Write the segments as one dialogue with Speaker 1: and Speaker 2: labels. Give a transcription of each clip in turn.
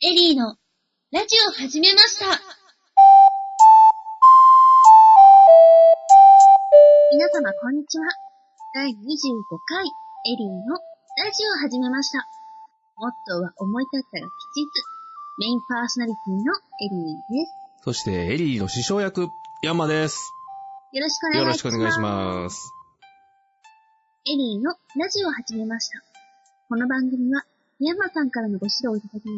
Speaker 1: エリーのラジオ始めました。皆様こんにちは。第25回エリーのラジオ始めました。モットーは思い立ったら吉日。メインパーソナリティのエリーです。
Speaker 2: そして、エリーの師匠役、ヤンマです。
Speaker 1: よろしくお願
Speaker 2: よろ
Speaker 1: い
Speaker 2: し
Speaker 1: し
Speaker 2: く
Speaker 1: ま
Speaker 2: お
Speaker 1: す。
Speaker 2: 願いします。
Speaker 1: エリーのラジオを始めました。この番組は、ヤンマさんからのご指導をいただきながら、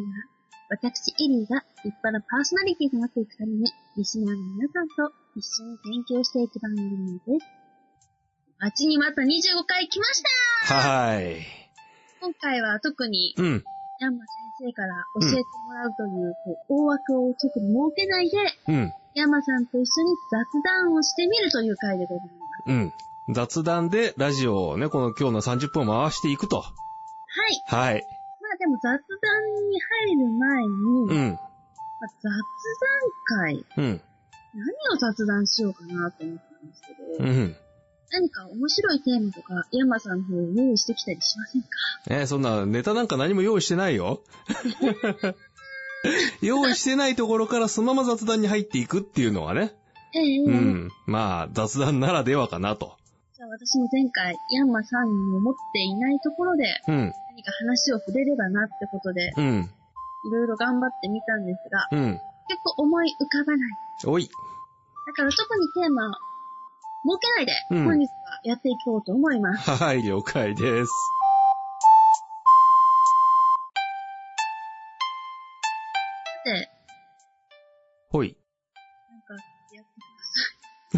Speaker 1: 私エリーが立派なパーソナリティとなっていくために、リスナーの皆さんと一緒に勉強していく番組です。待ちに待った25回来ました
Speaker 2: はーい。
Speaker 1: 今回は特に、
Speaker 2: うん。
Speaker 1: ヤンマ先生から教えてもらうという、こう大枠をちょっと設けないで、
Speaker 2: うん。
Speaker 1: ヤンマさんと一緒に雑談をしてみるという回でございます。
Speaker 2: うん。雑談でラジオをね、この今日の30分を回していくと。
Speaker 1: はい。
Speaker 2: はい。
Speaker 1: まあでも雑談に入る前に、
Speaker 2: うん。
Speaker 1: まあ雑談会、
Speaker 2: うん。
Speaker 1: 何を雑談しようかなと思ったんですけど、
Speaker 2: うん。
Speaker 1: 何か面白いテーマとか、ヤンマさんの方を用意してきたりしませんか
Speaker 2: ねそんなネタなんか何も用意してないよ。 用意してないところからそのまま雑談に入っていくっていうのはね。
Speaker 1: ええ
Speaker 2: う
Speaker 1: ええ
Speaker 2: ん。まあ、雑談ならではかなと。
Speaker 1: じゃあ私も前回、ヤンマさんの持っていないところで、
Speaker 2: うん。
Speaker 1: 何か話を触れればなってことで、
Speaker 2: うん。
Speaker 1: いろいろ頑張ってみたんですが、
Speaker 2: うん。
Speaker 1: 結構思い浮かばない。
Speaker 2: おい。
Speaker 1: だから特にテーマ、設けないで、
Speaker 2: うん
Speaker 1: 本日はやっていこうと思います。
Speaker 2: はい、了解です。
Speaker 1: で、なんか、
Speaker 2: ほい。
Speaker 1: や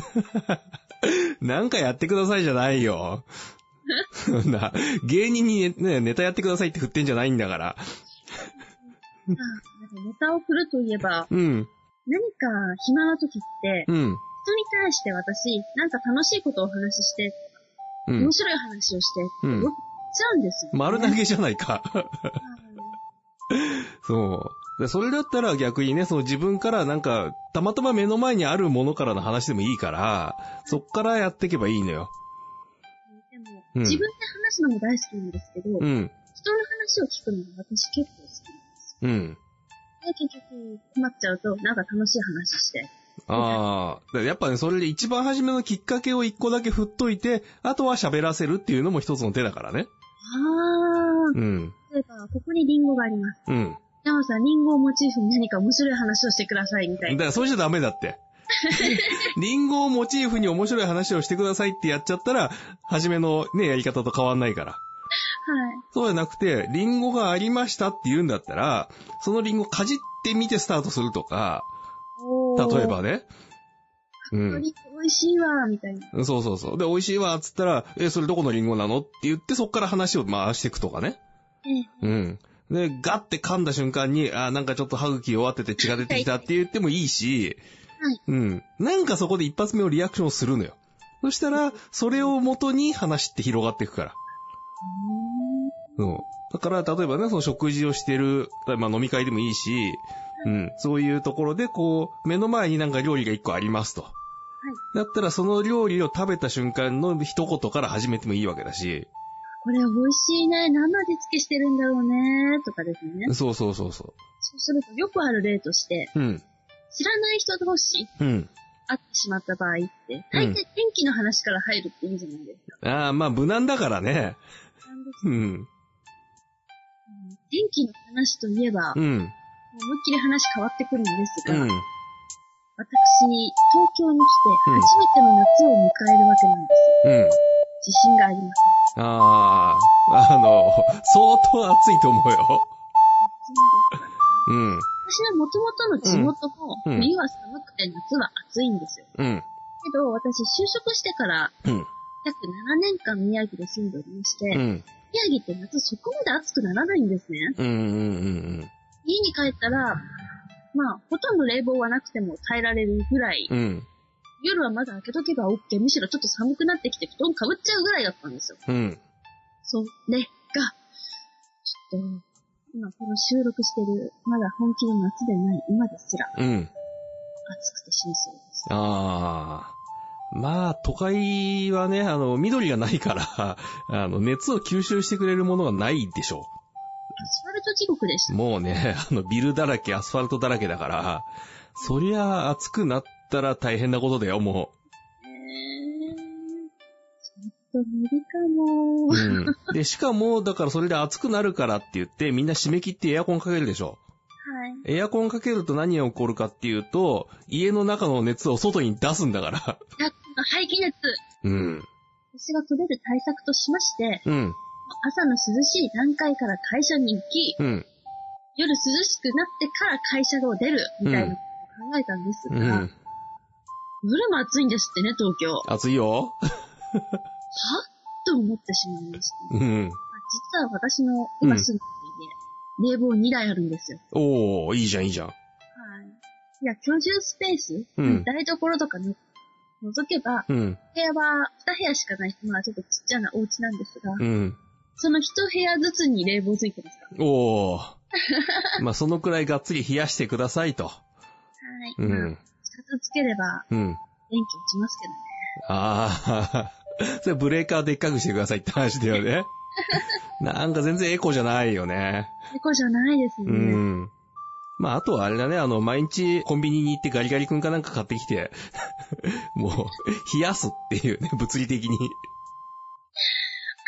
Speaker 1: って
Speaker 2: なんかやってくださいじゃないよ。 そんな、芸人にね、ネタやってくださいって振ってんじゃないんだから。
Speaker 1: みた。なんかネタを振るといえば、
Speaker 2: うん、
Speaker 1: 何か暇な時って、
Speaker 2: うん、
Speaker 1: 人に対して私、なんか楽しいことをお話しして、
Speaker 2: う
Speaker 1: 面
Speaker 2: ん、
Speaker 1: 白い話をして、
Speaker 2: う
Speaker 1: よ
Speaker 2: ん
Speaker 1: く。しちゃうんですよ、ね。
Speaker 2: 丸投げじゃないか。 そう。でそれだったら逆にね、その自分からなんか、たまたま目の前にあるものからの話でもいいから、そっからやっていけばいいのよ。
Speaker 1: でも、
Speaker 2: うん
Speaker 1: 自分で話すのも大好きなんですけど、人
Speaker 2: う
Speaker 1: の話を
Speaker 2: ん、
Speaker 1: 聞くのが私結構好きなんです。
Speaker 2: うん。
Speaker 1: で、結局困っちゃうと、なんか楽しい話して、
Speaker 2: ああ。でやっぱね、それで一番初めのきっかけを一個だけ振っといて、あとは喋らせるっていうのも一つの手だからね。
Speaker 1: あー、
Speaker 2: うん、
Speaker 1: 例えば、ここにリンゴがあります。
Speaker 2: うん。
Speaker 1: なおさん、リンゴをモチーフに何か面白い話をしてください、みたい
Speaker 2: だか
Speaker 1: な。
Speaker 2: らそうしちゃダメだって。リンゴをモチーフに面白い話をしてくださいってやっちゃったら、初めのね、やり方と変わんないから。
Speaker 1: はい。
Speaker 2: そうじゃなくて、リンゴがありましたって言うんだったら、そのリンゴかじってみてスタートするとか、
Speaker 1: おー
Speaker 2: 例え。ばね。
Speaker 1: こ
Speaker 2: う
Speaker 1: の
Speaker 2: ん。
Speaker 1: リンゴ美味しいわ、みたいな。
Speaker 2: そうそうそう。で、美味しいわ、つったら、え、それどこのリンゴなのって言って、そっから話を回していくとかね。
Speaker 1: ええ
Speaker 2: うん。で、ガッて噛んだ瞬間に、あー、なんかちょっと歯茎弱ってて血が出てきたって言ってもいいし、
Speaker 1: はい
Speaker 2: うん。なんかそこで一発目をリアクションするのよ。そしたら、それを元に話って広がっていくから。うん。だから、例えばね、その食事をしてる、まあ飲み会でもいいし、うん。そういうところで、こう、目の前になんか料理が一個ありますと。だったら、その料理を食べた瞬間の一言から始めてもいいわけだし、
Speaker 1: これ美味しいね。何の味付けしてるんだろうね。とかですね。
Speaker 2: そうそうそうそ
Speaker 1: そうすると、よくある例として、
Speaker 2: う。うん。
Speaker 1: 知らない人同士
Speaker 2: うん。
Speaker 1: 会ってしまった場合って、大体天気の話から入るっていいんじゃないですか。
Speaker 2: ああ、まあ無難だからね。
Speaker 1: なんです
Speaker 2: うん。
Speaker 1: 天気の話といえば、もう
Speaker 2: うん。
Speaker 1: 思いっきり話変わってくるんです
Speaker 2: う
Speaker 1: が、私、
Speaker 2: ん。
Speaker 1: 東京に来て初めての夏を迎えるわけなんですよ。
Speaker 2: うん。
Speaker 1: 自信があります。
Speaker 2: ああ、あの、相当暑いと思うよ。うん。
Speaker 1: 私の元々の地元も、
Speaker 2: うんうん
Speaker 1: 冬は寒くて夏は暑いんですよ。
Speaker 2: うん。
Speaker 1: けど、私、就職してから、
Speaker 2: うん。
Speaker 1: 約7年間宮城で住んでおりまして、
Speaker 2: うん。
Speaker 1: 宮城って夏そこまで暑くならないんですね。
Speaker 2: うん。うん。
Speaker 1: 家に帰ったら、まあ、ほとんど冷房はなくても耐えられるぐらい、
Speaker 2: うん。
Speaker 1: 夜はまだ開けとけば OK、むしろちょっと寒くなってきて布団かぶっちゃうぐらいだったんですよ。
Speaker 2: うん。
Speaker 1: それが、ちょっと、今この収録してる、まだ本気の夏でない今ですら、
Speaker 2: うん。
Speaker 1: 暑くて死にそうです。
Speaker 2: ああ。まあ、都会はね、あの、緑がないから、あの、熱を吸収してくれるものがないでしょ
Speaker 1: スファルト地獄でした。
Speaker 2: もうね、あの、ビルだらけ、アスファルトだらけだから、そりゃ暑くなったら大変なことだよ、も
Speaker 1: えー、ちょっと無理かも
Speaker 2: う。
Speaker 1: ー。
Speaker 2: うん。で、しかも、だからそれで暑くなるからって言って、みんな締め切ってエアコンかけるでしょ。
Speaker 1: はい。
Speaker 2: エアコンかけると何が起こるかっていうと、家の中の熱を外に出すんだから。
Speaker 1: 排気熱。
Speaker 2: うん。
Speaker 1: 私が取れる対策としまして、
Speaker 2: うん。
Speaker 1: 朝の涼しい段階から会社に行き、
Speaker 2: うん。
Speaker 1: 夜涼しくなってから会社を出る、みたいなことを考えたんです
Speaker 2: う
Speaker 1: が、
Speaker 2: ん。
Speaker 1: 夜も暑いんですってね、東京。は
Speaker 2: 暑いよ。
Speaker 1: と思ってしまいましたね、
Speaker 2: うん。
Speaker 1: 実は私の今住んでる家、冷房2台あるんですよ。
Speaker 2: おー、いいじゃん、いいじゃん。
Speaker 1: はい。いや、居住スペース、
Speaker 2: うん
Speaker 1: 台所とかの覗けば、
Speaker 2: うん。
Speaker 1: 部屋は2部屋しかない、まあちょっとちっちゃなお家なんですが、
Speaker 2: うん。
Speaker 1: その1部屋ずつに冷房ついてますから。
Speaker 2: お ー。まあ、そのくらいがっつり冷やしてくださいと。
Speaker 1: はい。
Speaker 2: う
Speaker 1: まあ
Speaker 2: ん。
Speaker 1: 2つつければ、
Speaker 2: うん。
Speaker 1: 電気落ちますけどね。
Speaker 2: ああ、それブレーカーでっかくしてくださいって話だよ ね。なんか全然エコじゃないよね。
Speaker 1: エコじゃないですね。
Speaker 2: うん。まあ、あとはあれだね、あの、毎日コンビニに行ってガリガリ君かなんか買ってきて、 もう、冷やすっていうね、 物理的に。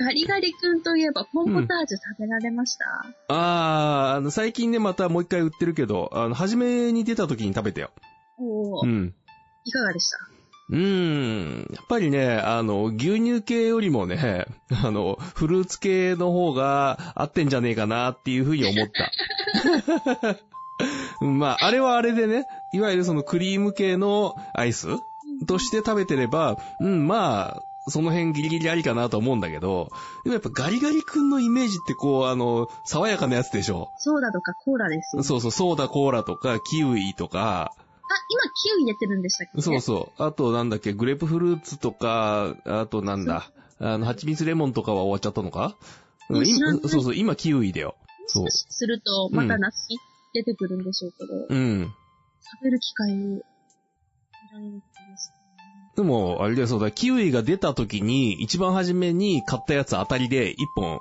Speaker 1: ガリガリ君といえば、ポンポタージュ食べられました、
Speaker 2: ああ、あの、最近ね、またもう一回売ってるけど、あの、初めに出た時に食べたよ。
Speaker 1: おお、
Speaker 2: うん。
Speaker 1: いかがでした
Speaker 2: うーん。やっぱりね、あの、牛乳系よりもね、 あの、フルーツ系の方が合ってんじゃねえかなっていうふうに思った。うん まあ、あれはあれでね、いわゆるそのクリーム系のアイスとして食べてれば、うん、まあ、その辺ギリギリありかなと思うんだけど、でもやっぱガリガリ君のイメージってこう、あの、爽やかなやつでしょ。
Speaker 1: ソーダとかコーラですよ。
Speaker 2: そうそう、ソーダコーラとか、キウイとか、
Speaker 1: あ、今キウイ入れてるんでしたっけ
Speaker 2: そうそう。あとなんだっけ、グレープフルーツとか、あとなんだ、あの、蜂蜜レモンとかは終わっちゃったのか
Speaker 1: もう知らない
Speaker 2: 今そうそう、今キウイだよ。そう
Speaker 1: も。しすると、また梨出てくるんでしょうけど、食
Speaker 2: うん。
Speaker 1: べる機会を得られるんです
Speaker 2: でも、あれだよ、そうだ、キウイが出た時に、一番初めに買ったやつ当たりで、一本。
Speaker 1: ね。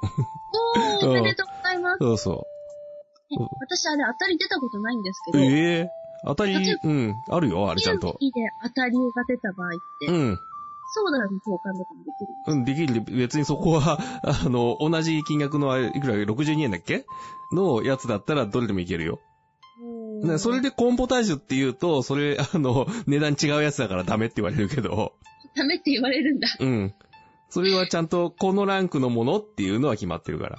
Speaker 1: おー、おめでとうございます。
Speaker 2: そうそうん
Speaker 1: ね私、あれ、当たり出たことないんです
Speaker 2: う。
Speaker 1: けど、
Speaker 2: ええ当たり
Speaker 1: 例え、
Speaker 2: うん、あるよ、あれちゃんと。
Speaker 1: キウイで当たりが出た場合って、
Speaker 2: うん。
Speaker 1: ソーダの交換とかもできる。
Speaker 2: うん、できる。別にそこは、 あの、同じ金額の、あれいくら、62円だっけのやつだったら、どれでもいけるよ。
Speaker 1: おー
Speaker 2: ね、それでコーンポタージュって言うと、それ、 あの、値段違うやつだからダメって言われるけ ど、
Speaker 1: ダメって言われるんだ。
Speaker 2: うん。それはちゃんと、このランクのものっていうのは決まってるから。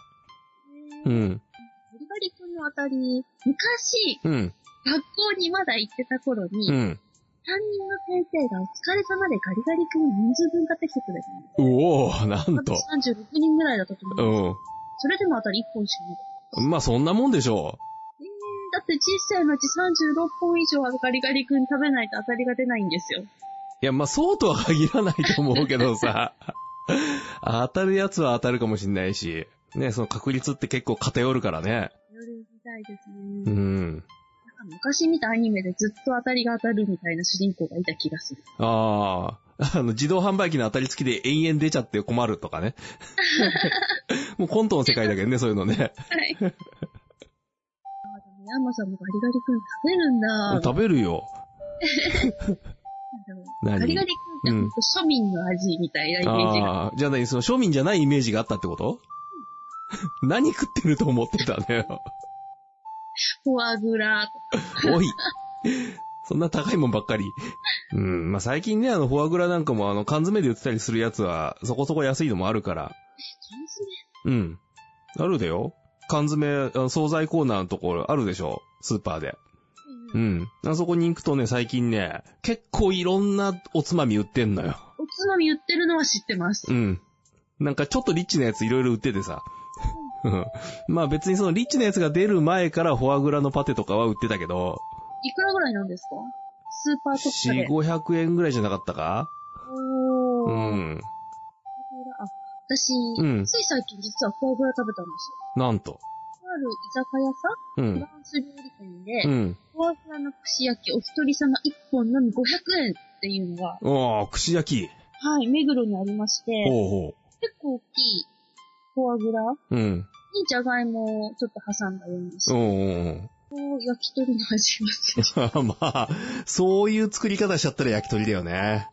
Speaker 2: うん。
Speaker 1: ガリガリ君のあたり、昔、
Speaker 2: うん。
Speaker 1: 学校にまだ行ってた頃に、担
Speaker 2: うん。
Speaker 1: 任の先生がお疲れ様でガリガリ君人数分買ってきてくれたの。
Speaker 2: うおー、なんと。
Speaker 1: 私36人ぐらいだったと思う。
Speaker 2: う
Speaker 1: それでもあたり1本しかなかった。
Speaker 2: ん。まあ、そんなもんでしょ
Speaker 1: だって人生のうち36本以上はガリガリ君食べないと当たりが出ないんですよ。
Speaker 2: う。いや、まあ、そうとは限らないと思うけどさ。 当たるやつは当たるかもしんないし、ね、その確率って結構偏るからね。
Speaker 1: 夜みたいです
Speaker 2: う
Speaker 1: ね。
Speaker 2: ん。
Speaker 1: なんか昔見たアニメでずっと当たりが当たるみたいな主人公がいた気がする。
Speaker 2: あ あ、あの、自動販売機の当たり付きで延々出ちゃって困る とかね。もうコントの世界だけどね、そういうのね。
Speaker 1: はい。あーでもヤンマさんもガリガリ君食べるんだ。
Speaker 2: 食べるよ。
Speaker 1: ガ
Speaker 2: 何
Speaker 1: リガリ君ってほんと庶民の味みたいなイメージが。
Speaker 2: ああ、じゃあ何その庶民じゃないイメージがあったってこと 何食ってると思ってたんだよ。
Speaker 1: フォアグラとか。
Speaker 2: おい。そんな高いもんばっかり。うん。まあ、最近ね、あの、フォアグラなんかも、あの、缶詰で売ってたりするやつは、そこそこ安いのもあるから。
Speaker 1: 缶詰
Speaker 2: うん。あるだよ。缶詰、あの惣菜コーナーのところあるでしょスーパーで。
Speaker 1: って
Speaker 2: う
Speaker 1: いう。
Speaker 2: ん。あそこに行くとね、最近ね、結構いろんなおつまみ売ってんのよ。
Speaker 1: おつまみ言ってるのは知ってます。
Speaker 2: うん。なんかちょっとリッチなやついろいろ売っててさ。うんまあ別にそのリッチなやつが出る前からフォアグラのパテとかは売ってたけど、
Speaker 1: いくらぐらいなんですかスーパーとか
Speaker 2: 4、
Speaker 1: で。
Speaker 2: 500円ぐらいじゃなかったか
Speaker 1: おー。
Speaker 2: う
Speaker 1: フォアグ
Speaker 2: ん。
Speaker 1: ラあ、私、
Speaker 2: うん
Speaker 1: つい最近実はフォアグラ食べたんです
Speaker 2: なんと。
Speaker 1: よ。ある居酒屋さん
Speaker 2: う
Speaker 1: フ
Speaker 2: ん。
Speaker 1: ランス料理店で、
Speaker 2: うん。
Speaker 1: フォアグラの串焼きお一人様一本のみ500円っていうのが、
Speaker 2: ああ、串焼き。
Speaker 1: はい、目黒にありまして、
Speaker 2: ほうほ
Speaker 1: 結構大きいフォアグラ
Speaker 2: う。うん。
Speaker 1: にじゃがいもをちょっと挟んだようにして、
Speaker 2: うんうんうん。
Speaker 1: こう焼き鳥の味がする。
Speaker 2: まあ、そういう作り方しちゃったら焼き鳥だよね。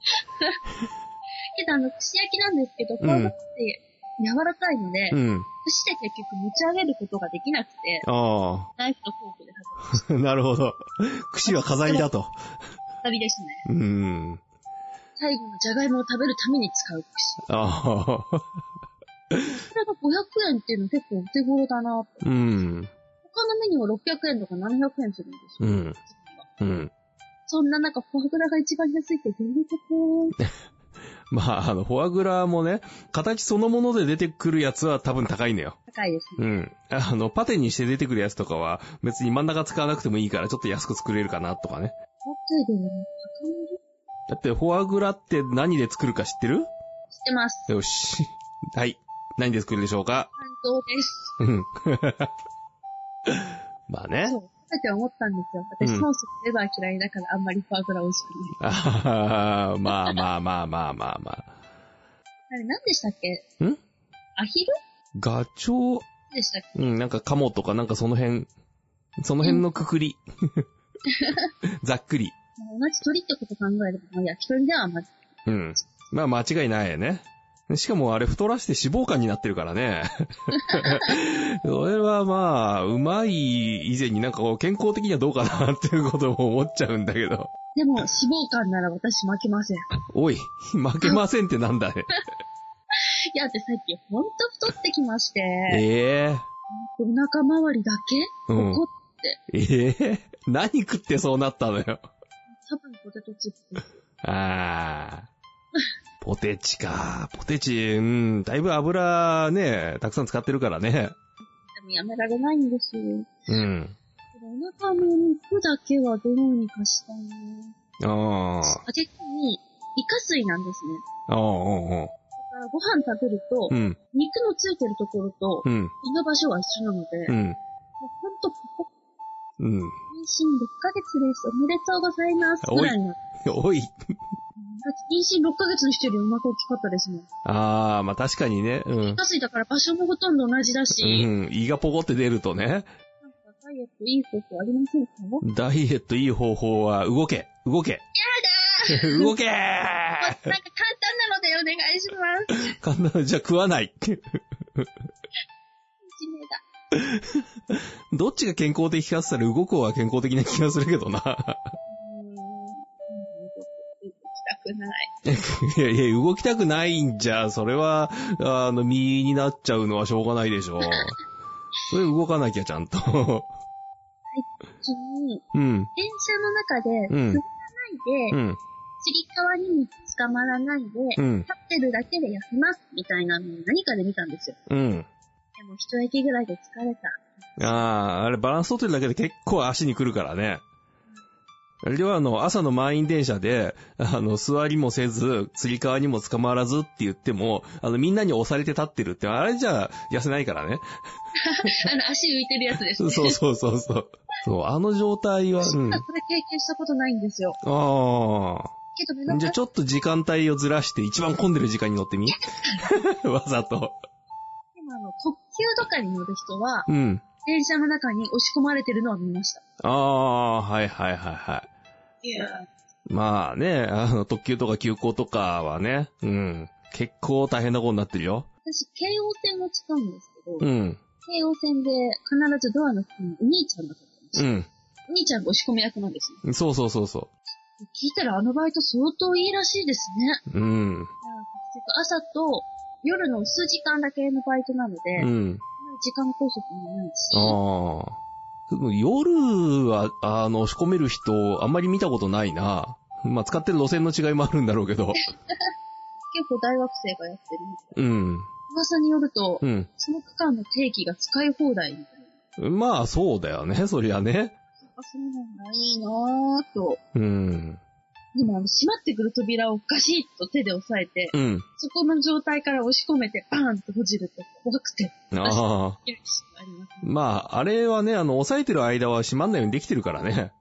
Speaker 1: けどあの、串焼きなんですけど、
Speaker 2: う
Speaker 1: こ
Speaker 2: ん
Speaker 1: うやって柔らかいので、
Speaker 2: うん。
Speaker 1: 串で結局持ち上げることができなくて、
Speaker 2: あ
Speaker 1: ナイフとフォークで挟
Speaker 2: あ。 なるほど。串は飾りだと。
Speaker 1: ったりですね。
Speaker 2: うん。
Speaker 1: 最後のじゃがいもを食べるために使う串。
Speaker 2: ああ。
Speaker 1: これが500円っていうの結構お手頃だなって。
Speaker 2: うん。
Speaker 1: 他のメニューは600円とか700円するんです
Speaker 2: う
Speaker 1: よ。
Speaker 2: ん。うん。
Speaker 1: そんな中、フォアグラが一番安いって全然高い。
Speaker 2: まあ、あの、フォアグラもね、形そのもので出てくるやつは多分高いんだよ。
Speaker 1: 高いですね。
Speaker 2: うん。あの、パテにして出てくるやつとかは、別に真ん中使わなくてもいいから、ちょっと安く作れるかなとかね。
Speaker 1: 高いでも、高い知
Speaker 2: だって、フォアグラって何で作るか知って
Speaker 1: っ
Speaker 2: る
Speaker 1: てます。
Speaker 2: よし。 はい。何で作るでしょうか
Speaker 1: 担当です。
Speaker 2: うん。 まあね
Speaker 1: そ。う。食べて思ったんですよ。私、
Speaker 2: うん
Speaker 1: ソースレバー嫌いだからあんまりフォアグラ美味しくない。
Speaker 2: あはははまあまあまあまあまあまあ。
Speaker 1: あれ、何でしたっけ
Speaker 2: ん
Speaker 1: アヒル
Speaker 2: ガチョウ、
Speaker 1: でしたっけ
Speaker 2: うん、なんかカモとかなんかその辺、その辺のくくり。ざっくり。
Speaker 1: 同じ鳥ってこと考えれば、まあ、焼き鳥ではまず、
Speaker 2: うん。まあ間違いないよね。しかもあれ太らして脂肪肝になってるから ね。それはまあ、うまい以前になんかこう健康的にはどうかなっていうことも思っちゃうんだけど。
Speaker 1: でも、脂肪肝なら私負けません。い
Speaker 2: おい、負けませんってなんだね。
Speaker 1: や、だってさっき、ほんと太ってきまして、
Speaker 2: ええ
Speaker 1: お腹周りだけ、
Speaker 2: うん
Speaker 1: ここ
Speaker 2: ええ何食ってそうなったのよ。
Speaker 1: 多分ポテトチップ。
Speaker 2: ああ。ポテチか。ポテチ、うん、だいぶ油ね、たくさん使ってるからね。
Speaker 1: でもやめられないんですよ。
Speaker 2: うん。
Speaker 1: けどお腹の肉だけはどうにかしたいね。
Speaker 2: ああ。
Speaker 1: あげくに、イカ水なんですね。
Speaker 2: ああ、うんうん
Speaker 1: だからご飯食べると、
Speaker 2: うん。
Speaker 1: 肉のついてるところと、
Speaker 2: うん。
Speaker 1: 胃の場所は一緒なので、
Speaker 2: う。
Speaker 1: もうんほんと、ここ、
Speaker 2: うん。
Speaker 1: 妊娠6ヶ月です。おめでとうございます。
Speaker 2: おい
Speaker 1: ぐらいの。
Speaker 2: おい。
Speaker 1: 妊娠6ヶ月の人よりお腹大きかったですね。
Speaker 2: ああ、まあ確かにね。うん
Speaker 1: イ。カ水だから場所もほとんど同じだし、
Speaker 2: うん。胃がポコって出るとね。
Speaker 1: なんかダイエットいい方法ありませんか
Speaker 2: ダイエットいい方法は、動け動けやだ 動け
Speaker 1: なんか簡単なのでお願いします。
Speaker 2: 簡単じゃあ食わない。
Speaker 1: 一命だ。
Speaker 2: どっちが健康的かって言ったら動く方は健康的な気がするけどな。
Speaker 1: う ーん。行きたくない。
Speaker 2: いやいや、動きたくないんじゃ、それは、あの、身になっちゃうのはしょうがないでしょう。それ動かなきゃちゃんと。
Speaker 1: 次に、
Speaker 2: うん、
Speaker 1: 電車の中で、
Speaker 2: う
Speaker 1: 座らない
Speaker 2: ん
Speaker 1: で、
Speaker 2: うん、
Speaker 1: つり革にも捕まらないで、立
Speaker 2: うん、
Speaker 1: ってるだけで痩せます、みたいなのを何かで見たんですよ。
Speaker 2: うん。
Speaker 1: でも一駅ぐらいで疲れ た。
Speaker 2: ああ、あれバランス取ってるだけで結構足に来るからね。あれはあの、朝の満員電車で、あの、座りもせず、釣り革にも捕まらずって言っても、あの、みんなに押されて立ってるって、あれじゃ痩せないからね。
Speaker 1: あの、足浮いてるやつです
Speaker 2: そ
Speaker 1: ね。
Speaker 2: うそうそうそう。そう、あの状態は、 うん。
Speaker 1: これ経験したことないんですよ。
Speaker 2: ああ。
Speaker 1: けど目の前
Speaker 2: じゃあちょっと時間帯をずらして一番混んでる時間に乗ってみ わざと。
Speaker 1: 今あの、特急とかに乗る人は、
Speaker 2: うん。
Speaker 1: 電車の中に押し込まれてるのは見ました。
Speaker 2: ああ、はいはいはいはい
Speaker 1: やー
Speaker 2: い。まあね、あの、特急とか急行とかはね、うん。結構大変なことになってるよ。
Speaker 1: 私、京王線を使うんですけど、
Speaker 2: うん。
Speaker 1: 京王線で必ずドアの付近にお兄ちゃんが立ってます。
Speaker 2: う
Speaker 1: お兄ちゃんが押し込み役なんですね。
Speaker 2: ん。そうそうそうそ
Speaker 1: 聞いたらあのバイト相当いいらしいですね。
Speaker 2: う。うん。
Speaker 1: 結局朝と夜の数時間だけのバイトなので、
Speaker 2: うん。
Speaker 1: 時間拘束もないし、
Speaker 2: ああ。でも夜は、あの、押し込める人、あんまり見たことないな。まあ、使ってる路線の違いもあるんだろうけど。
Speaker 1: 結構大学生がやってるみたい。
Speaker 2: うん。
Speaker 1: 噂によると、
Speaker 2: うん。
Speaker 1: その区間の定期が使い放題みたいな。
Speaker 2: まあ、そうだよね、 そりゃね。
Speaker 1: あ、そうなんだ、いいなぁと。
Speaker 2: うん。
Speaker 1: でもあの、閉まってくる扉をガシッと手で押さえて、
Speaker 2: うん。
Speaker 1: そこの状態から押し込めて、バーンと閉じると怖くて、
Speaker 2: ああ。
Speaker 1: いるし、ありますね。
Speaker 2: まあ、あれはね、あの、押さえてる間は閉まんないようにできてるからね。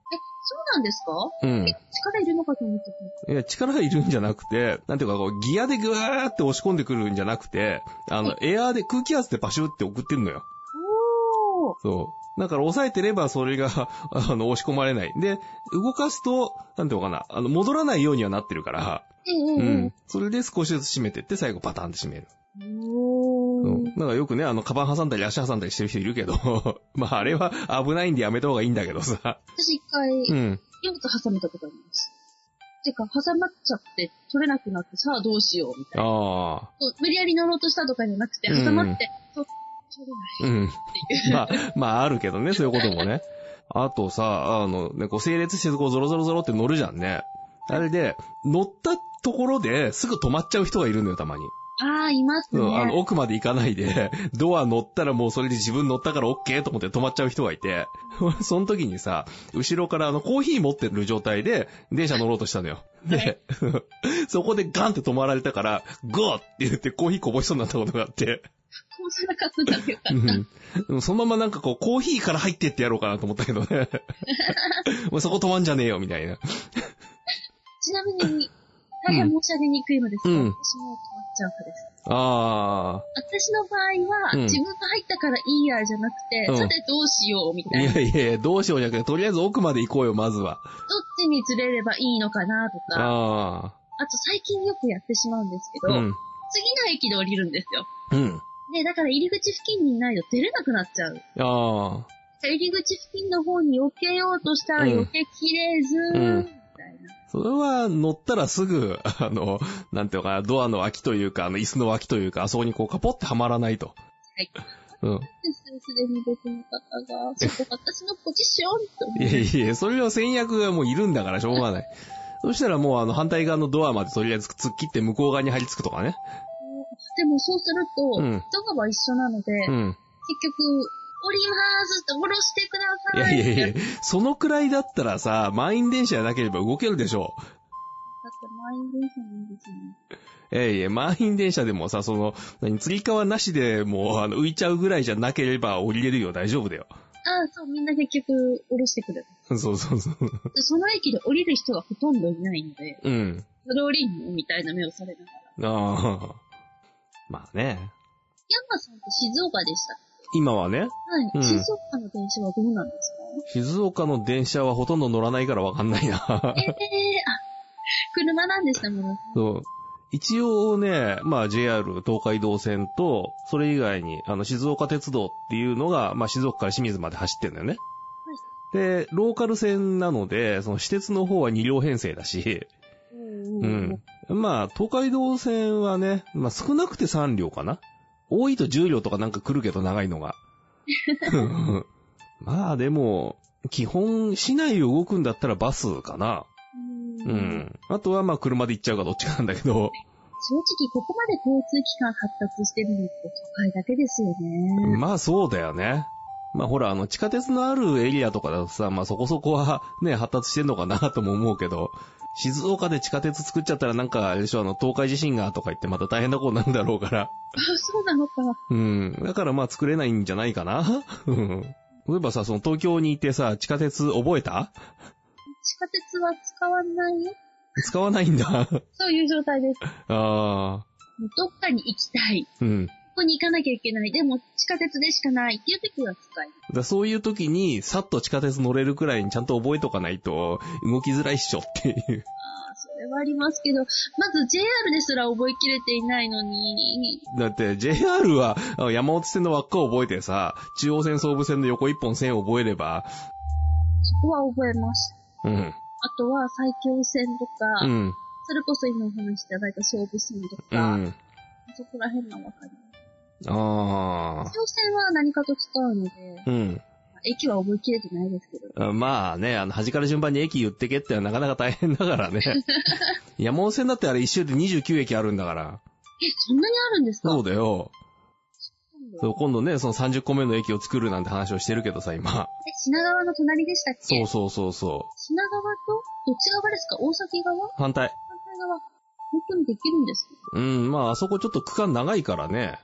Speaker 1: そうなんですか
Speaker 2: うん。
Speaker 1: 力いるのかと思ってた。
Speaker 2: いや、力がいるんじゃなくて、なんていうか、こう、ギアでぐわーって押し込んでくるんじゃなくて、あの、エアーで空気圧でパシュって送ってんのよ。そう。だから抑えてればそれが、 あの、押し込まれない。で、動かすと、なんていうのかな、あの、戻らないようにはなってるから、
Speaker 1: ええ
Speaker 2: う
Speaker 1: え
Speaker 2: ん。それで少しずつ締めてって、最後パターンって締める。
Speaker 1: えお
Speaker 2: うん。
Speaker 1: ー
Speaker 2: だ。からよくね、あの、カバン挟んだり足挟んだりしてる人いるけど、 まああれは危ないんでやめた方がいいんだけどさ。
Speaker 1: 私一回、
Speaker 2: うん。
Speaker 1: 荷物挟めたことあります。てか、挟まっちゃって、取れなくなって、さあどうしよう、みたいな。
Speaker 2: ああ。
Speaker 1: そう無理やり乗ろうとしたとかじゃなくて、
Speaker 2: うん
Speaker 1: 挟まって、そう、取れない。
Speaker 2: うん。 まあ、まああるけどね、そういうこともね。あとさ、あの、ね、こう、整列してこう、ゾロゾロゾロって乗るじゃんね。あれで、乗ったところですぐ止まっちゃう人がいるのよ、たまに。
Speaker 1: ああ、いますね。
Speaker 2: うん、あ の、奥まで行かないで、 ドア乗ったらもうそれで自分乗ったからオッケーと思って止まっちゃう人がいて、 俺その時にさ、後ろからあの、コーヒー持ってる状態で、電車乗ろうとしたのよ。で、 そこでガンって止まられたから、ゴーって言ってコーヒーこぼしそうになったことがあって、
Speaker 1: こうしなかったんだけど。
Speaker 2: うんでもそのままなんかこう、コーヒーから入ってってやろうかなと思ったけど ね。もうそこ止まんじゃねえよ、みたいな。
Speaker 1: ちなみに、大変申し上げにくいのですが、
Speaker 2: うん
Speaker 1: 私も止まっちゃう派です。
Speaker 2: あ
Speaker 1: 私の場合は、
Speaker 2: うん
Speaker 1: 自分が入ったからいいやじゃなくて、
Speaker 2: うん
Speaker 1: さてどうしようみ
Speaker 2: ー。
Speaker 1: た
Speaker 2: い
Speaker 1: いな。ど
Speaker 2: やいやいや、どうしようじゃなくて、とりあえず奥まで行こうよ、まずは。
Speaker 1: っちにずれればいいのかなとか、あ
Speaker 2: あ
Speaker 1: と最近よくやってしまうんですけ
Speaker 2: あ。
Speaker 1: ど、
Speaker 2: うん。
Speaker 1: 次の駅で降りるんですよ。
Speaker 2: うん。
Speaker 1: で、だから入り口付近にいないと出れなくなっちゃう。
Speaker 2: ああ。
Speaker 1: 入り口付近の方に避けようとしたら
Speaker 2: うん
Speaker 1: 避けきれず、
Speaker 2: うん
Speaker 1: みたいな。
Speaker 2: それは乗ったらすぐ、 あの、なんていうのかな、ドアの脇というか、あの、椅子の脇というか、あそこにこうカポってはまらないと。
Speaker 1: い
Speaker 2: うん。
Speaker 1: ですすでに別の方が、 ちょっと私のポジションって思っ
Speaker 2: いやいや、それは戦略がもういるんだからしょうがない。 そしたらもうあの反対側のドアまでとりあえず突っ切って向こう側に張り付くとかね。
Speaker 1: て、でもそうすると、
Speaker 2: うん
Speaker 1: ドアは一緒なので、
Speaker 2: うん。
Speaker 1: 結局、降りますって下ろしてく
Speaker 2: い
Speaker 1: だ
Speaker 2: や
Speaker 1: さい
Speaker 2: い
Speaker 1: って
Speaker 2: やい
Speaker 1: や
Speaker 2: や
Speaker 1: った、
Speaker 2: そのくらいだったらさ、満員電車じゃなければ動けるでしょ
Speaker 1: って満員電車なんですよね。
Speaker 2: う。いやいや、満員電車でもさ、その、何、釣り革なしでもう、あの、浮いちゃうぐらいじゃなければ降りれるよ、大丈夫だよ。
Speaker 1: ああ、そう、みんな結局降ろしてくれる。
Speaker 2: そうそうそう。
Speaker 1: でその駅で降りる人がほとんどいないので、
Speaker 2: うん。
Speaker 1: それ降りんのみたいな目をされながら。
Speaker 2: ああ。まあね。
Speaker 1: ヤンマさんって静岡でした。
Speaker 2: 今はね、
Speaker 1: はい。
Speaker 2: うん
Speaker 1: 静岡の電車はどうなんですか
Speaker 2: 静岡の電車はほとんど乗らないからわかんない
Speaker 1: ええ
Speaker 2: な。
Speaker 1: ー、あ、車なんでしたもんね。
Speaker 2: そう。一応ね、まあ JR 東海道線と、それ以外に、あの、静岡鉄道っていうのが、まあ静岡から清水まで走ってんだよね。で、ローカル線なので、その私鉄の方は2両編成だし、
Speaker 1: うん
Speaker 2: う。ん。まあ、東海道線はね、まあ少なくて3両かな。多いと10両とかなんか来るけど、長いのが。 まあでも、基本、市内を動くんだったらバスかな。
Speaker 1: う。
Speaker 2: うんん。あとはまあ車で行っちゃうかどっちかなんだけ
Speaker 1: 正
Speaker 2: ど。
Speaker 1: 直、ここまで交通機関発達してるのって都会だけですよね。
Speaker 2: まあそうだよね。まあほら、あの、地下鉄のあるエリアとかだとさ、まあそこそこはね、発達してんのかなとも思うけど、静岡で地下鉄作っちゃったらなんか、あれでしょ、あの、東海地震がとか言ってまた大変なことになるんだろうから。
Speaker 1: あ、そうなのか。
Speaker 2: うん。だからまあ作れないんじゃないかな。 うん。例えばさ、その東京にいてさ、地下鉄覚えた
Speaker 1: 地下鉄は使わないよ。
Speaker 2: 使わないんだ。
Speaker 1: そういう状態です。
Speaker 2: ああ。
Speaker 1: もうどっかに行きたい。
Speaker 2: うん。
Speaker 1: ここに行かなきゃいけない。でも、地下鉄でしかないっていう時は使います。
Speaker 2: だそういう時に、さっと地下鉄乗れるくらいにちゃんと覚えとかないと、動きづらいっしょっていう。
Speaker 1: ああ、それはありますけど、まず JR ですら覚えきれていないのに、
Speaker 2: だって、JR は、あの山手線の輪っかを覚えてさ、中央線総武線の横一本線を覚えれば、
Speaker 1: そこは覚えます。
Speaker 2: うん。
Speaker 1: あとは、埼京線とか、
Speaker 2: うん。
Speaker 1: それこそ今お話しいただいた総武線と
Speaker 2: う
Speaker 1: か、
Speaker 2: ん。
Speaker 1: そこら辺がわかります。
Speaker 2: ああ。
Speaker 1: 総武線は何かと使うので、
Speaker 2: うん。
Speaker 1: 駅は覚えきれてないですけど。
Speaker 2: あまあね、あの、端から順番に駅言ってけってのはなかなか大変だからね。山手線だってあれ一周で29駅あるんだから。
Speaker 1: え、そんなにあるんですか
Speaker 2: そうだよ。
Speaker 1: 今度
Speaker 2: そう、今度ね、その30個目の駅を作るなんて話をしてるけどさ、今。
Speaker 1: え、品川の隣でしたっけ
Speaker 2: そうそうそうそ
Speaker 1: 品川と、どっち側ですか大崎側
Speaker 2: う。反対。
Speaker 1: 反対側。本当にできるんですか
Speaker 2: うん、まあ、あそこちょっと区間長いからね。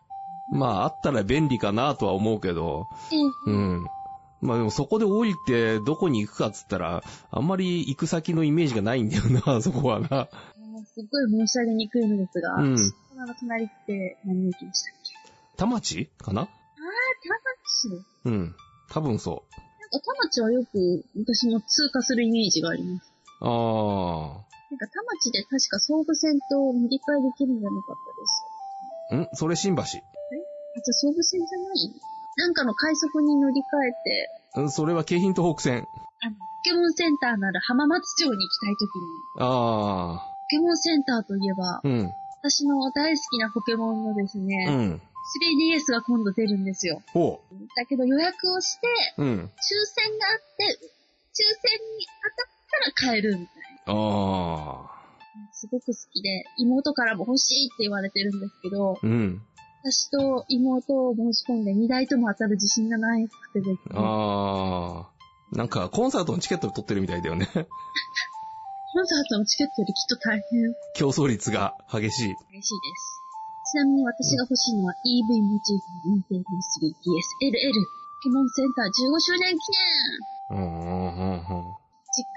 Speaker 2: まあ、あったら便利かなとは思うけど。
Speaker 1: ええ
Speaker 2: うん。まあでもそこで降りてどこに行くかっつったら、あんまり行く先のイメージがないんだよな、そこはな。
Speaker 1: すっごい申し上げにくいのですが、
Speaker 2: うん
Speaker 1: 品川の隣って何駅でしたっけ
Speaker 2: 田町かな
Speaker 1: あ、田町。
Speaker 2: うん。多分そ
Speaker 1: なんか田町はよく私も通過するイメージがあります。
Speaker 2: う。あ
Speaker 1: なんか田町で確か総武線と乗り換えできるんじゃなかったです。
Speaker 2: あ。んそれ新橋。
Speaker 1: あ、じゃあ総武線じゃないなんかの快速に乗り換えて、
Speaker 2: うんそれは京浜東北線。
Speaker 1: あの、ポケモンセンターなら浜松町に行きたいときに、
Speaker 2: あ
Speaker 1: ポケモンセンターといえば
Speaker 2: あ。、うん。
Speaker 1: 私の大好きなポケモンのです
Speaker 2: う
Speaker 1: ね、
Speaker 2: ん。
Speaker 1: 3DS が今度出るんですよ。
Speaker 2: ほ
Speaker 1: だけど予約をして、
Speaker 2: う。うん。
Speaker 1: 抽選があって、抽選に当たったら買えるみたいな。
Speaker 2: ああ。
Speaker 1: すごく好きで、妹からも欲しいって言われてるんですけど、
Speaker 2: うん。
Speaker 1: 私と妹を申し込んで2台とも当たる自信がないくてですね、コン
Speaker 2: ああ。なんか、コンサートのチケット取ってるみたいだよね。
Speaker 1: サートのチケットよりきっと大変
Speaker 2: 競争率が激
Speaker 1: 嬉しい
Speaker 2: しい。
Speaker 1: です。ちなみに私が欲しいのは EV モチーフの Nintendo 3DSLL ポケモンセンター15周年記念
Speaker 2: うん、うん、うん
Speaker 1: 実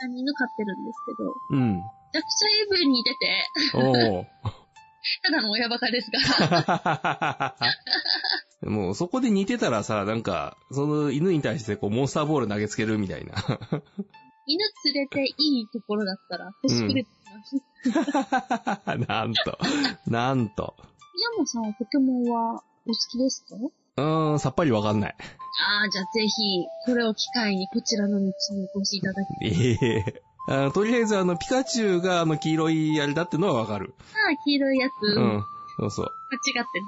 Speaker 1: 家に犬飼ってるんですけど、め
Speaker 2: うん。うん。
Speaker 1: ちゃくちゃ EV に出て、
Speaker 2: おお。
Speaker 1: ただの親バカですが、
Speaker 2: もうそこで似てたらさ、なんか、その犬に対してこうモンスターボール投げつけるみたいな。
Speaker 1: 犬連れていいところだったら欲しくれてます。
Speaker 2: なんと。なんと。
Speaker 1: ヤモさんはポケモンはお好きですか
Speaker 2: うーん、さっぱりわかんない。
Speaker 1: ああ、じゃあぜひ、これを機会にこちらの道にお越しいただきたい。
Speaker 2: ええあとりあえずあの、ピカチュウがあの、黄色いあれだってのはわかる。
Speaker 1: ああ、黄色いやつ、
Speaker 2: う
Speaker 1: 間違っ
Speaker 2: ん。そうそ。。
Speaker 1: て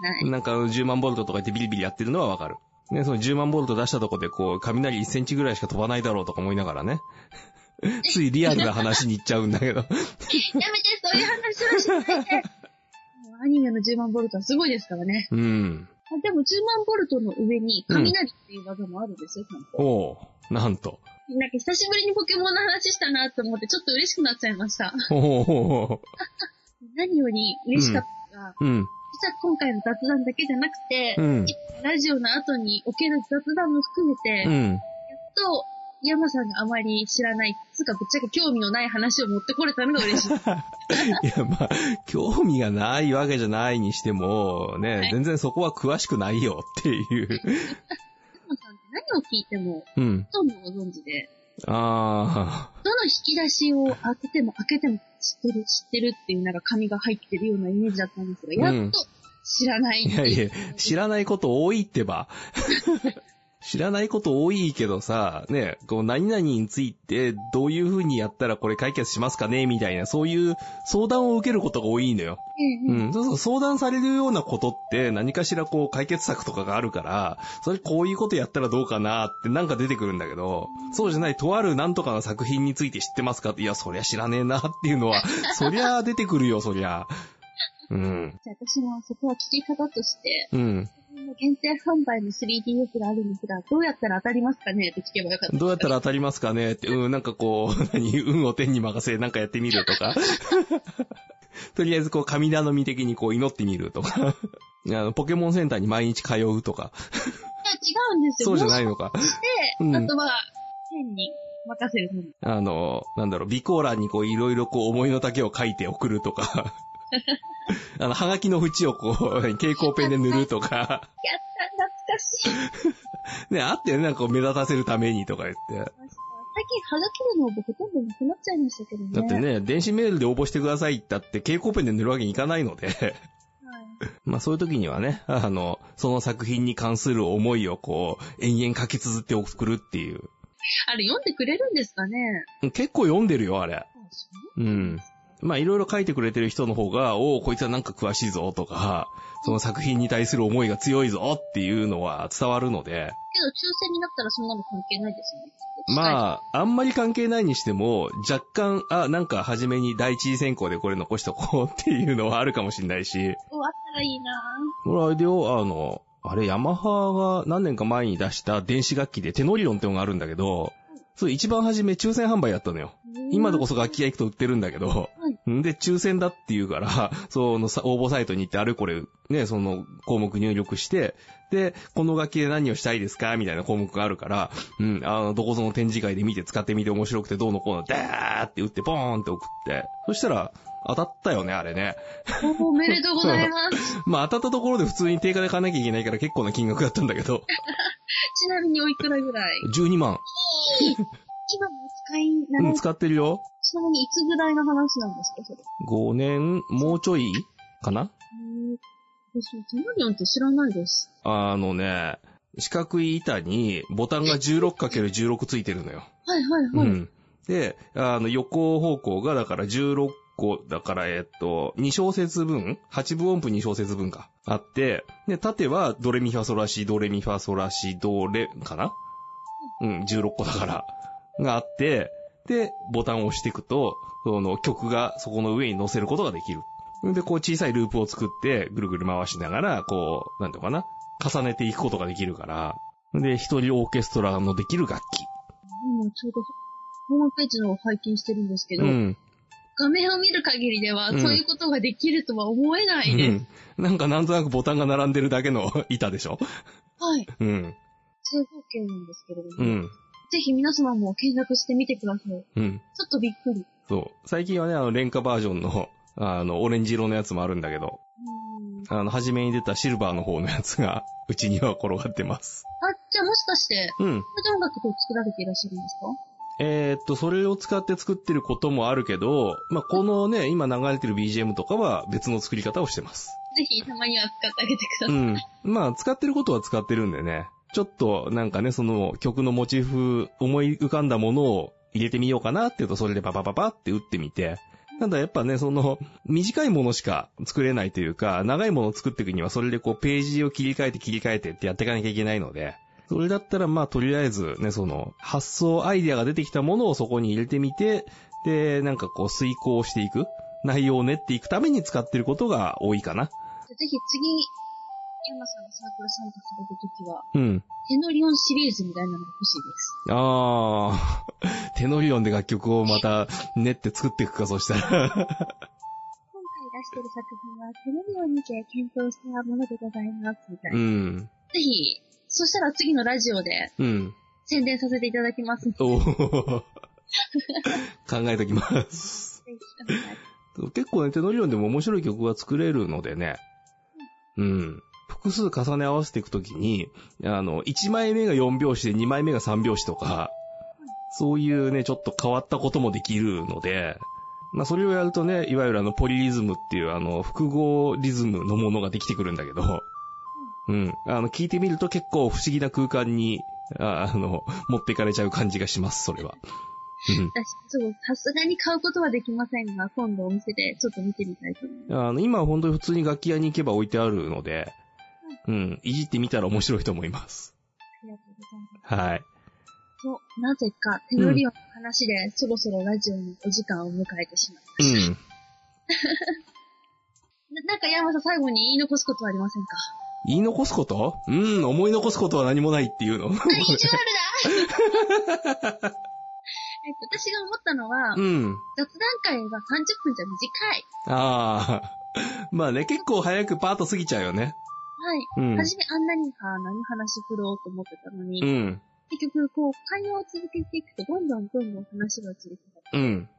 Speaker 1: ないう
Speaker 2: なんかあの10万ボルトとか言ってビリビリやってるのはわかる。ね、その10万ボルト出したとこでこう、雷1センチぐらいしか飛ばないだろうとか思いながらね。 ついリアルな話に行っちゃうんだけど。
Speaker 1: やめて、そういう話はしないで。もうアニメの10万ボルトはすごいですからね。
Speaker 2: うん。
Speaker 1: あでも10万ボルトの上に雷っていう技もあるんですよ、ちゃんと。
Speaker 2: おうなんと。
Speaker 1: なんか久しぶりにポケモンの話したなと思ってちょっと嬉しくなっちゃいました。
Speaker 2: おお
Speaker 1: 何より嬉しかったのが、
Speaker 2: うん。
Speaker 1: 実は今回の雑談だけじゃなくて、
Speaker 2: うん。
Speaker 1: ラジオの後における雑談も含めて、
Speaker 2: う
Speaker 1: やっ
Speaker 2: ん。
Speaker 1: と、山さんがあまり知らない、つうかぶっちゃけ興味のない話を持ってこれたのが嬉しい。
Speaker 2: いや、まあ、興味がないわけじゃないにしても、ね、
Speaker 1: はい
Speaker 2: 全然そこは詳しくないよっていう。
Speaker 1: 山さんって何を聞いても、
Speaker 2: うん。
Speaker 1: ほとんどご存知で、
Speaker 2: ああ、
Speaker 1: どの引き出しを開けても開けても知ってる、知ってるっていうなんか紙が入ってるようなイメージだったんですが、や
Speaker 2: う
Speaker 1: っ
Speaker 2: ん
Speaker 1: と知らないっ
Speaker 2: い
Speaker 1: て
Speaker 2: や
Speaker 1: いう
Speaker 2: いや、知らないこと多いって ば。知らないこと多いけどさ、ね、こう、何々について、どういう風にやったらこれ解決しますかねみたいな、そういう相談を受けることが多いのよ。
Speaker 1: ええ
Speaker 2: うん、そうそう、相談されるようなことって何かしらこう解決策とかがあるから、それこういうことやったらどうかなってなんか出てくるんだけど、そうじゃない、とあるなんとかの作品について知ってますかって、いや、そりゃ知らねえなっていうのは、そりゃ出てくるよ、そりゃ。うん、
Speaker 1: じゃあ私もそこは聞き方として、
Speaker 2: うん。
Speaker 1: 限定販売の 3DS があるんですが、どうやったら当たりますかねって聞けばよかった。
Speaker 2: どうやったら当たりますかねって、うん、なんかこう、 何、運を天に任せ、なんかやってみるとか。 とりあえずこう、神頼み的にこう、祈ってみるとか。 あのポケモンセンターに毎日通うと
Speaker 1: いや
Speaker 2: か。
Speaker 1: 違うんですよ。
Speaker 2: そうじゃないいのか。
Speaker 1: して、
Speaker 2: うん
Speaker 1: あとは、天に任せるのみ。
Speaker 2: あの、なんだろう、備考欄にこういろいろこう思いの丈を書いて送るとか、 あの、はがきの縁をこう、 蛍光ペンで塗る とか、
Speaker 1: やった、懐かしい。
Speaker 2: ね、あってね、なんかこう目立たせるためにとか言って。
Speaker 1: 最近、はがきでの応募ほとんどなくなっちゃいましたけどね。
Speaker 2: だって。ね、電子メールで応募してくださいって言ったって蛍光ペンで塗るわけにいかないので、
Speaker 1: はい
Speaker 2: まあそういう時にはね、 あの、その作品に関する思いをこう、延々書き綴って送るっていう。
Speaker 1: あれ読んでくれるんですかね
Speaker 2: 結構読んでるよ、あれ。
Speaker 1: あそう
Speaker 2: うん。まあ、いろいろ書いてくれてる人の方が、おお、こいつはなんか詳しいぞとか、その作品に対する思いが強いぞっていうのは伝わるので、
Speaker 1: けど、抽選になったらそんなの関係ないですよね。あ。
Speaker 2: まあ、あんまり関係ないにしても、若干、あ、なんか初めに第一次選考でこれ残しとこうっていうのはあるかもしれないし、
Speaker 1: 終わったらいいなぁ。
Speaker 2: これあれだよ、あの、あれ、ヤマハが何年か前に出した電子楽器でテノリロンってのがあるんだけど、それ一番初め抽選販売だったのよ。今でこそ楽器屋行くと売ってるんだけど、んで、抽選だっていうから、 そのさ応募サイトに行ってあれこれ、ね、その項目入力して、で、この楽器で何をしたいですかみたいな項目があるから、うん、あの、どこぞの展示会で見て使ってみて面白くてどうのこうの、ダーって打ってポーンって送って、そしたら、当たったよね、あれね。
Speaker 1: おめでとうございます。
Speaker 2: まあ当たったところで普通に定価で買わなきゃいけないから結構な金額だったんだけど、
Speaker 1: ちなみにおいくらぐらい
Speaker 2: 12万。
Speaker 1: 今もお使いになら
Speaker 2: うん、
Speaker 1: れて、
Speaker 2: 使ってるよ。
Speaker 1: ちなみにいつぐらいの話なんですか、それ。
Speaker 2: 5年、もうちょいかな
Speaker 1: 私もテマリオンって知らないです。
Speaker 2: あのね、四角い板にボタンが 16×16 ついてるのよ。
Speaker 1: はいはいうはい。
Speaker 2: ん。で、あの、横方向がだから16個、だからえっと、2小節分 ?8 分音符2小節分か。あって、で、縦はドレミファソラシ、ドレミファソラシ、ドレ、かなうん、16個だから。があって、で、ボタンを押していくと、その曲がそこの上に乗せることができる。で、こう小さいループを作って、ぐるぐる回しながら、こう、なんていうのかな重ねていくことができるから。で、一人オーケストラのできる楽器。
Speaker 1: 今ちょうど、ホームページのを拝見してるんですけど、
Speaker 2: うん。
Speaker 1: 画面を見る限りでは、
Speaker 2: うん
Speaker 1: そういうことができるとは思えないです。
Speaker 2: うん。なんかなんとなくボタンが並んでるだけの 板でしょ
Speaker 1: はい。
Speaker 2: うん。
Speaker 1: 正方形なんですけれども、
Speaker 2: うん。
Speaker 1: ぜひ皆様も検索してみてください。ちょ
Speaker 2: うん。
Speaker 1: っとびっくり。
Speaker 2: そう。最近はね、あの、廉価バージョンの、 あの、オレンジ色のやつもあるんだけど、
Speaker 1: うん
Speaker 2: あの、初めに出たシルバーの方のやつが、 うちには転がってます。
Speaker 1: あ、じゃあもしかして、
Speaker 2: うん。
Speaker 1: これで音楽を作られていらっしゃるんですか
Speaker 2: えーっと、それを使って作ってることもあるけど、まあ、このね、今流れてる BGM とかは別の作り方をしてます。
Speaker 1: ぜひたまには使ってあげてくだ
Speaker 2: う
Speaker 1: さい。
Speaker 2: ん。まあ、使ってることは使ってるんでね。ちょっと、なんかね、その曲のモチーフ、思い浮かんだものを入れてみようかなっていうと、それでパパパパって打ってみて。ただやっぱね、その、短いものしか作れないというか、長いものを作っていくには、それでこう、ページを切り替えて切り替えてってやっていかなきゃいけないので、それだったらまあ、とりあえずね、その、発想、アイデアが出てきたものをそこに入れてみて、で、なんかこう、遂行していく、内容を練っていくために使ってることが多いかな。
Speaker 1: じゃあぜひ次、山さんがサークル参加されるときは、
Speaker 2: うん。
Speaker 1: テノリオンシリーズみたいなのが欲しいです。
Speaker 2: ああ、 テノリオンで楽曲をまた練って作っていくか、そしたら。
Speaker 1: 今回出してる作品は、テレビを見て検討したものでございます、みたいな。
Speaker 2: うん。
Speaker 1: ぜひ、そしたら次のラジオで
Speaker 2: うん。
Speaker 1: 宣伝させていただきますので、
Speaker 2: おー 考えときま
Speaker 1: ぜ
Speaker 2: す。
Speaker 1: ひお願いします。
Speaker 2: 結構ね、テノリオンでも面白い曲は作れるのでね。うん。複数重ね合わせていくときに、あの、1枚目が4拍子で2枚目が3拍子とか、そういうね、ちょっと変わったこともできるので、まあそれをやるとね、いわゆるあのポリリズムっていうあの複合リズムのものができてくるんだけど、うん。あの、聞いてみると結構不思議な空間に、ああの、持っていかれちゃう感じがします、それは。うん。
Speaker 1: 私、ちょっとさすがに買うことはできませんが、今度お店でちょっと見てみたいと思います。
Speaker 2: あの、今は本当に普通に楽器屋に行けば置いてあるので、うん、いじってみたら面白いと思います。
Speaker 1: ありがとうございます。
Speaker 2: はい。
Speaker 1: と、なぜか、テノリオンの話で、そろそろラジオのお時間を迎えてしまいま
Speaker 2: う
Speaker 1: した。
Speaker 2: ん。
Speaker 1: ななんか山さん最後に言い残すことはありませんか
Speaker 2: 言い残すことうん、思い残すことは何もないっていうの。
Speaker 1: あ、意地悪だえっと私が思ったのは、
Speaker 2: うん。
Speaker 1: 雑談会が30分じゃ短い。
Speaker 2: ああ。 まあね、結構早くパーッと過ぎちゃうよね。
Speaker 1: はい。
Speaker 2: うん。
Speaker 1: 初めあんなにか何話振ろうと思ってたのに、
Speaker 2: うん。
Speaker 1: 結局こう会話を続けていくとどんどんどんどん話が続いていく。
Speaker 2: うん。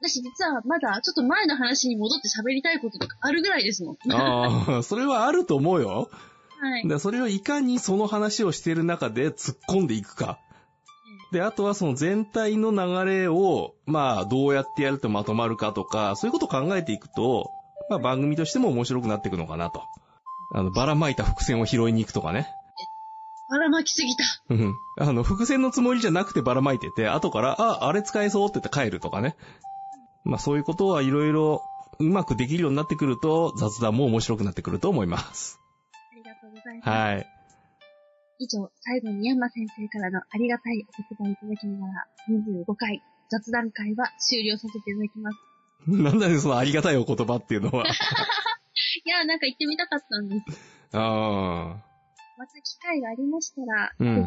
Speaker 1: 私実はまだちょっと前の話に戻って喋りたいこととかあるぐらいですもん。は
Speaker 2: ああ、それはあると思うよ。
Speaker 1: い。
Speaker 2: だからそれをいかにその話をしている中で突っ込んでいくか。で、あとはその全体の流れを、まあ、どうやってやるとまとまるかとか、そういうことを考えていくと、まあ、番組としても面白くなっていくのかなと。あの、ばらまいた伏線を拾いに行くとかね。
Speaker 1: ばらまきすぎた。
Speaker 2: うん。あの、伏線のつもりじゃなくてばらまいてて、後から、あ、あれ使えそうって言って帰るとかね。まあ、そういうことはいろいろ、うまくできるようになってくると、雑談も面白くなってくると思います。
Speaker 1: ありがとうございます。
Speaker 2: はい。
Speaker 1: 以上、最後に山先生からのありがたいお言葉をいただきながら、25回雑談会は終了させていただきます。
Speaker 2: なんだね、そのありがたいお言葉っていうの は。
Speaker 1: いやーなんか行ってみたかったんです。
Speaker 2: ああ。
Speaker 1: また機会がありましたら、
Speaker 2: うん
Speaker 1: ぜひ、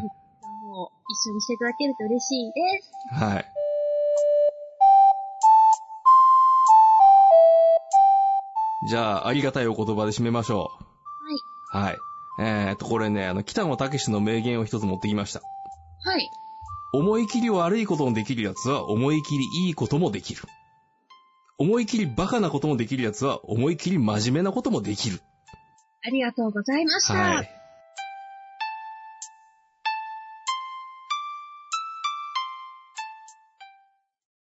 Speaker 1: もう一緒にしていただけると嬉しいです。
Speaker 2: はい。じゃあ、ありがたいお言葉で締めましょ
Speaker 1: はい。
Speaker 2: う。はい。えーと、これね、あの、北野武の名言を一つ持ってきました。
Speaker 1: はい。
Speaker 2: 思い切り悪いことのできる奴は思い切りいいこともできる。思い切りバカなこともできるやつは、思い切り真面目なこともできる。
Speaker 1: ありがとうございました。
Speaker 2: はい。